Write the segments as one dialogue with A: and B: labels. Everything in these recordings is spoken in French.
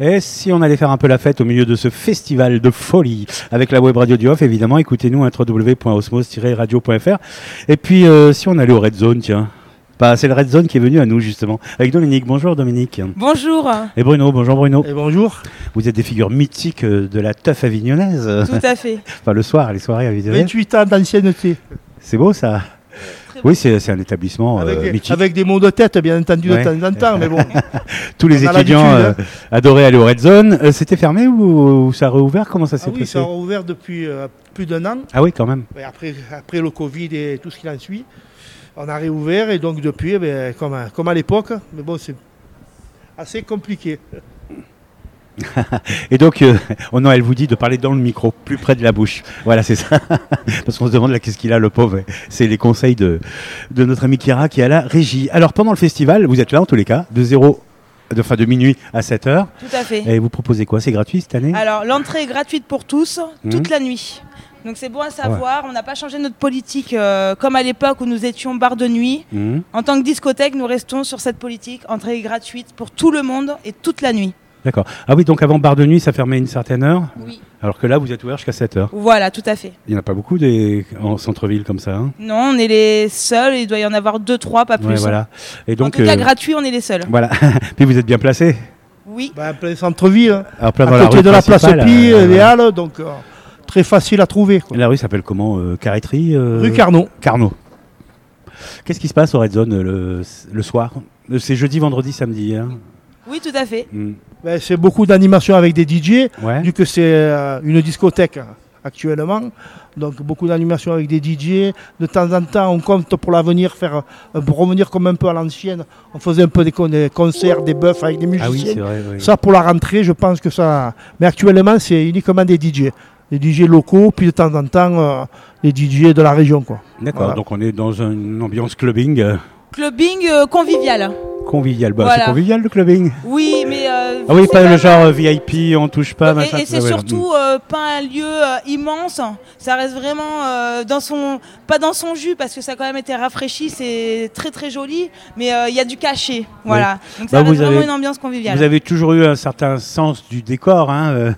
A: Et si on allait faire un peu la fête au milieu de ce festival de folie avec la web radio du off, évidemment, écoutez-nous à www.osmos-radio.fr. Et puis, euh, si on allait au Red Zone, tiens. Bah, c'est le Red Zone qui est venu à nous, justement, avec Dominique. Bonjour, Dominique.
B: Bonjour,
A: Et Bruno, bonjour, Bruno.
C: Et Eh, bonjour.
A: Vous êtes des figures mythiques euh, de la teuf avignonnaise.
B: tout à fait.
A: Enfin, le soir, les soirées avignonnaises.
C: 28 ans d'ancienneté.
A: C'est beau, ça Oui, c'est c'est un établissement euh,
C: Avec, des-
A: mythique.
C: avec des mots de tête, bien entendu,
A: Ouais.
C: de temps en temps, mais bon.
A: Tous les
C: on a
A: étudiants
C: l'habitude, hein.
A: euh, adoraient aller au Red Zone. Euh, C'était fermé ou, ou ça a réouvert Comment ça s'est
C: Ah oui,
A: passé
C: ça a ouvert depuis euh, plus d'un an.
A: Ah oui, quand même.
C: Mais Après, après le Covid et tout ce qui en suit, on a réouvert et donc depuis, eh ben, comme, à- comme à l'époque, mais bon, c'est assez compliqué.
A: Et donc, euh, oh non, elle vous dit de parler dans le micro, plus près de la bouche. Voilà, c'est ça. Parce qu'on se demande là, qu'est-ce qu'il a, le pauvre. C'est les conseils de, de notre ami Kira qui est à la régie. Alors, pendant le festival, vous êtes là en tous les cas, de zéro, de, enfin, de minuit à 7 heures.
B: Tout à fait.
A: Et vous proposez quoi C'est gratuit cette année
B: Alors, l'entrée est gratuite pour tous,
A: Mhm.
B: toute la nuit. Donc, c'est bon à savoir. On n'a pas changé notre politique euh, comme à l'époque où nous étions bar de nuit.
A: Mhm.
B: En tant que discothèque, nous restons sur cette politique. Entrée est gratuite pour tout le monde et toute la nuit.
A: D'accord. Ah oui, donc avant bar de nuit, ça fermait une certaine heure.
B: Oui.
A: Alors que là, vous êtes ouvert jusqu'à 7 heures.
B: Voilà, tout à fait.
A: Il n'y en a pas beaucoup des... en centre-ville comme ça. hein
B: Non, on est les seuls. Il doit y en avoir deux, trois, pas plus.
A: Ouais, voilà. Et
B: Donc,
A: donc,
B: en tout cas,
A: euh,
B: gratuit, on est les seuls.
A: voilà. Puis vous êtes bien placé.
B: Oui.
C: Ben, en plein centre-ville, hein,
A: Alors,
C: à
A: plein dans
C: côté
A: Bah, rue
C: de la place
A: principale,
C: Pi,
A: euh,
C: les Halles, donc euh, très facile à trouver. quoi.
A: La rue s'appelle comment euh, Carreterie euh,
C: Rue Carnot.
A: Carnot. Qu'est-ce qui se passe au Red Zone euh, le, le soir Euh, C'est jeudi, vendredi, samedi. hein
B: Oui, tout à fait.
A: Mm.
C: Ben, c'est beaucoup d'animation avec des DJ.
A: Ouais.
C: vu que c'est euh, une discothèque hein, actuellement. Donc beaucoup d'animations avec des DJ. De temps en temps, on compte pour l'avenir faire euh, pour revenir comme un peu à l'ancienne. On faisait un peu des, con- des concerts, des buffs avec des
A: Ah oui,
C: musiciens.
A: c'est vrai. oui.
C: ça pour la rentrée, je pense que ça. Mais actuellement, c'est uniquement des DJ, des DJ locaux, puis de temps en temps euh, les DJ de la région, quoi.
A: D'accord.
C: Voilà.
A: Donc on est dans une ambiance clubbing euh,
B: Clubbing euh, convivial.
A: convivial. Bah,
B: Voilà.
A: C'est convivial le clubbing.
B: Oui, mais. euh,
A: Ah oui,
B: c'est
A: pas le genre euh, VIP, on touche pas. machin,
B: Et, et
A: ouais,
B: c'est
A: voilà.
B: surtout euh, pas un lieu euh, immense. Ça reste vraiment euh, dans son, pas dans son jus parce que ça a quand même été rafraîchi. C'est très très joli, mais euh, il y a du cachet. Voilà. Donc ça
A: Bah,
B: reste
A: vous
B: vraiment
A: avez-
B: une ambiance conviviale.
A: Vous avez toujours eu un certain sens du décor. hein, euh.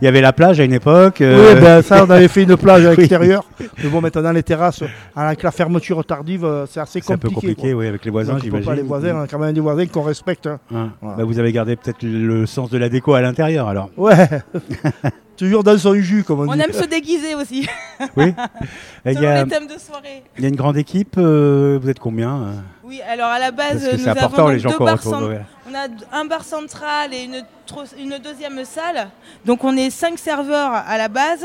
A: Il y avait la plage à une époque. euh,
C: Oui, ben, ça, on avait fait une plage
A: Oui.
C: extérieure. Mais bon, maintenant les terrasses, avec la fermeture tardive, euh, c'est assez
A: C'est un peu
C: compliqué. quoi.
A: compliqué, oui, avec les voisins,
C: Donc, on peut
A: j'imagine.
C: pas les voisins, on a quand même des voisins qu'on respecte. hein.
A: Hein.
C: Voilà.
A: Bah, vous avez gardé peut-être le sens de la déco à l'intérieur, alors.
C: Ouais. Toujours dans son jus, comme on,
B: On
C: dit.
B: aime se déguiser aussi.
A: Oui. Et Il y,
B: Selon
A: a,
B: les thèmes de soirée.
A: il y a une grande équipe. euh, vous êtes combien euh
B: Oui, alors à la base,
A: Parce que
B: Ah, nous
A: c'est
B: avons
A: important,
B: donc
A: les gens
B: deux
A: qu'on
B: bars
A: retrouve.
B: cent-
A: ouais.
B: On a d- un bar central et une, tro- une deuxième salle. Donc on est cinq serveurs à la base,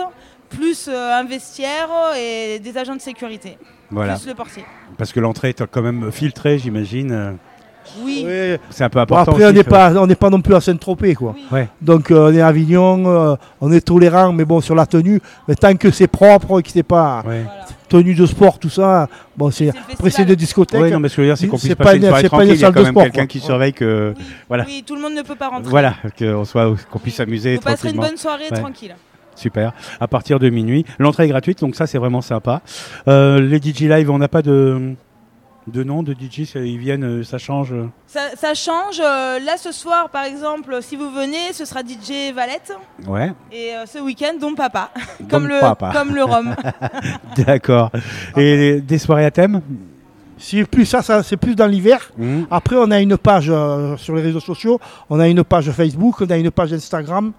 B: plus euh, un vestiaire et des agents de sécurité,
A: Voilà.
B: plus le portier.
A: Parce que l'entrée est quand même filtrée, j'imagine. euh,
B: Oui.
C: Ouais.
A: C'est un peu
C: Bon,
A: important.
C: après, on
A: aussi,
C: n'est
A: que-
C: pas, on n'est pas non plus à Saint-Tropez, quoi.
B: Oui.
A: Ouais.
C: Donc, euh, on est à Avignon, euh, on est tolérant, mais bon, sur la tenue, mais tant que c'est propre, et que c'est pas
A: Ouais.
B: Voilà.
C: tenue de sport, tout ça, bon, c'est
B: C'est le
C: après, c'est
B: festival.
C: des discothèques.
A: Ouais, non, mais ce que je veux dire, c'est qu'on
C: C'est
A: puisse
C: pas
A: passer
C: une-
A: une soirée
C: c'est pas une
A: tranquille. Il y a
C: salle
A: quand
C: de
A: même
C: sport,
A: quelqu'un
C: quoi.
A: qui
C: Ouais.
A: surveille que.
B: Oui.
A: Voilà.
B: Oui, tout le monde ne peut pas rentrer.
A: Voilà, qu'on soit, qu'on puisse s'amuser
B: Vous passerez une
A: tranquillement.
B: bonne soirée
A: Ouais.
B: tranquille.
A: Super. À partir de minuit, l'entrée est gratuite, donc ça c'est vraiment sympa. Euh, les DJ live, on n'a pas de de nom de DJ, c'est- ils viennent, euh, ça change. euh.
B: Ça, ça change. euh, là, ce soir, par exemple, si vous venez, ce sera DJ Valette.
A: Ouais.
B: Et euh, ce week-end, Don Papa.
A: Dom
B: comme, le,
A: Papa.
B: comme le Rhum.
A: D'accord. Et les- des soirées à thème.
C: C'est plus ça, ça c'est plus dans l'hiver.
A: Mmh.
C: Après, on a une page euh, sur les réseaux sociaux, on a une page Facebook, on a une page Instagram.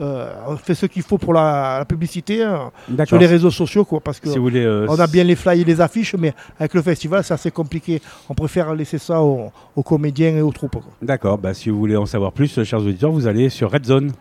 C: euh, on fait ce qu'il faut pour la, la publicité euh, sur
A: D'accord.
C: les réseaux sociaux, quoi, parce que
A: Si vous voulez. euh,
C: On a bien les flyers et les affiches, mais avec le festival, c'est assez compliqué. On préfère laisser ça aux, aux comédiens et aux troupes. quoi.
A: D'accord. Bah, si vous voulez en savoir plus, euh, chers auditeurs, vous allez sur Red Zone,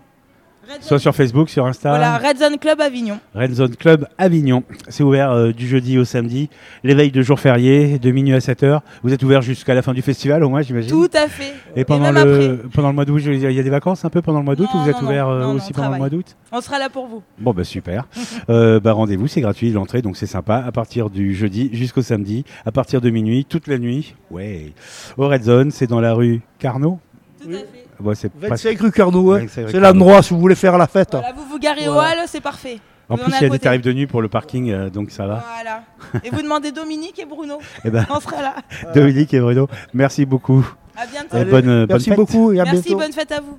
B: Red Zone-
A: soit sur Facebook, sur Insta.
B: voilà, Red Zone Club Avignon.
A: Red Zone Club Avignon. C'est ouvert euh, du jeudi au samedi, l'éveil de jour férié, de minuit à 7h. Vous êtes ouvert jusqu'à la fin du festival au moins, j'imagine
B: Tout à fait.
A: Et pendant,
B: même
A: le, pendant le mois d'août, je veux dire, il y a des vacances un peu pendant le mois d'août
B: Non,
A: ou vous êtes
B: non, non.
A: ouvert euh,
B: Non, non,
A: aussi
B: on
A: pendant le
B: travaille.
A: mois d'août
B: On sera là pour vous.
A: Bon, bah super. Euh, bah, Rendez-vous, c'est gratuit l'entrée, donc c'est sympa. À partir du jeudi jusqu'au samedi, à partir de minuit, toute la nuit. Ouais. Au Red Zone, c'est dans la rue Carnot.
B: Tout
C: Oui.
B: à fait.
A: Bon, c'est pas-
C: 25 rue Carnot, hein.
A: 25 rue
C: c'est
A: Carnot.
C: l'endroit si vous voulez faire la fête.
B: Voilà, vous vous garez
C: Voilà.
B: au hall, c'est parfait.
A: En
B: Vous
A: plus, il y
B: en
A: a
B: à
A: des
B: côté.
A: tarifs de nuit pour le parking, euh, donc ça va.
B: Voilà. Et vous demandez Dominique et Bruno.
A: Eh ben,
B: On sera là.
A: Dominique et Bruno, merci beaucoup.
B: À bientôt.
A: Et
C: Allez,
A: bonne, bonne
C: Merci
A: fête.
C: beaucoup et à
B: Merci,
C: bientôt.
B: bonne fête à vous.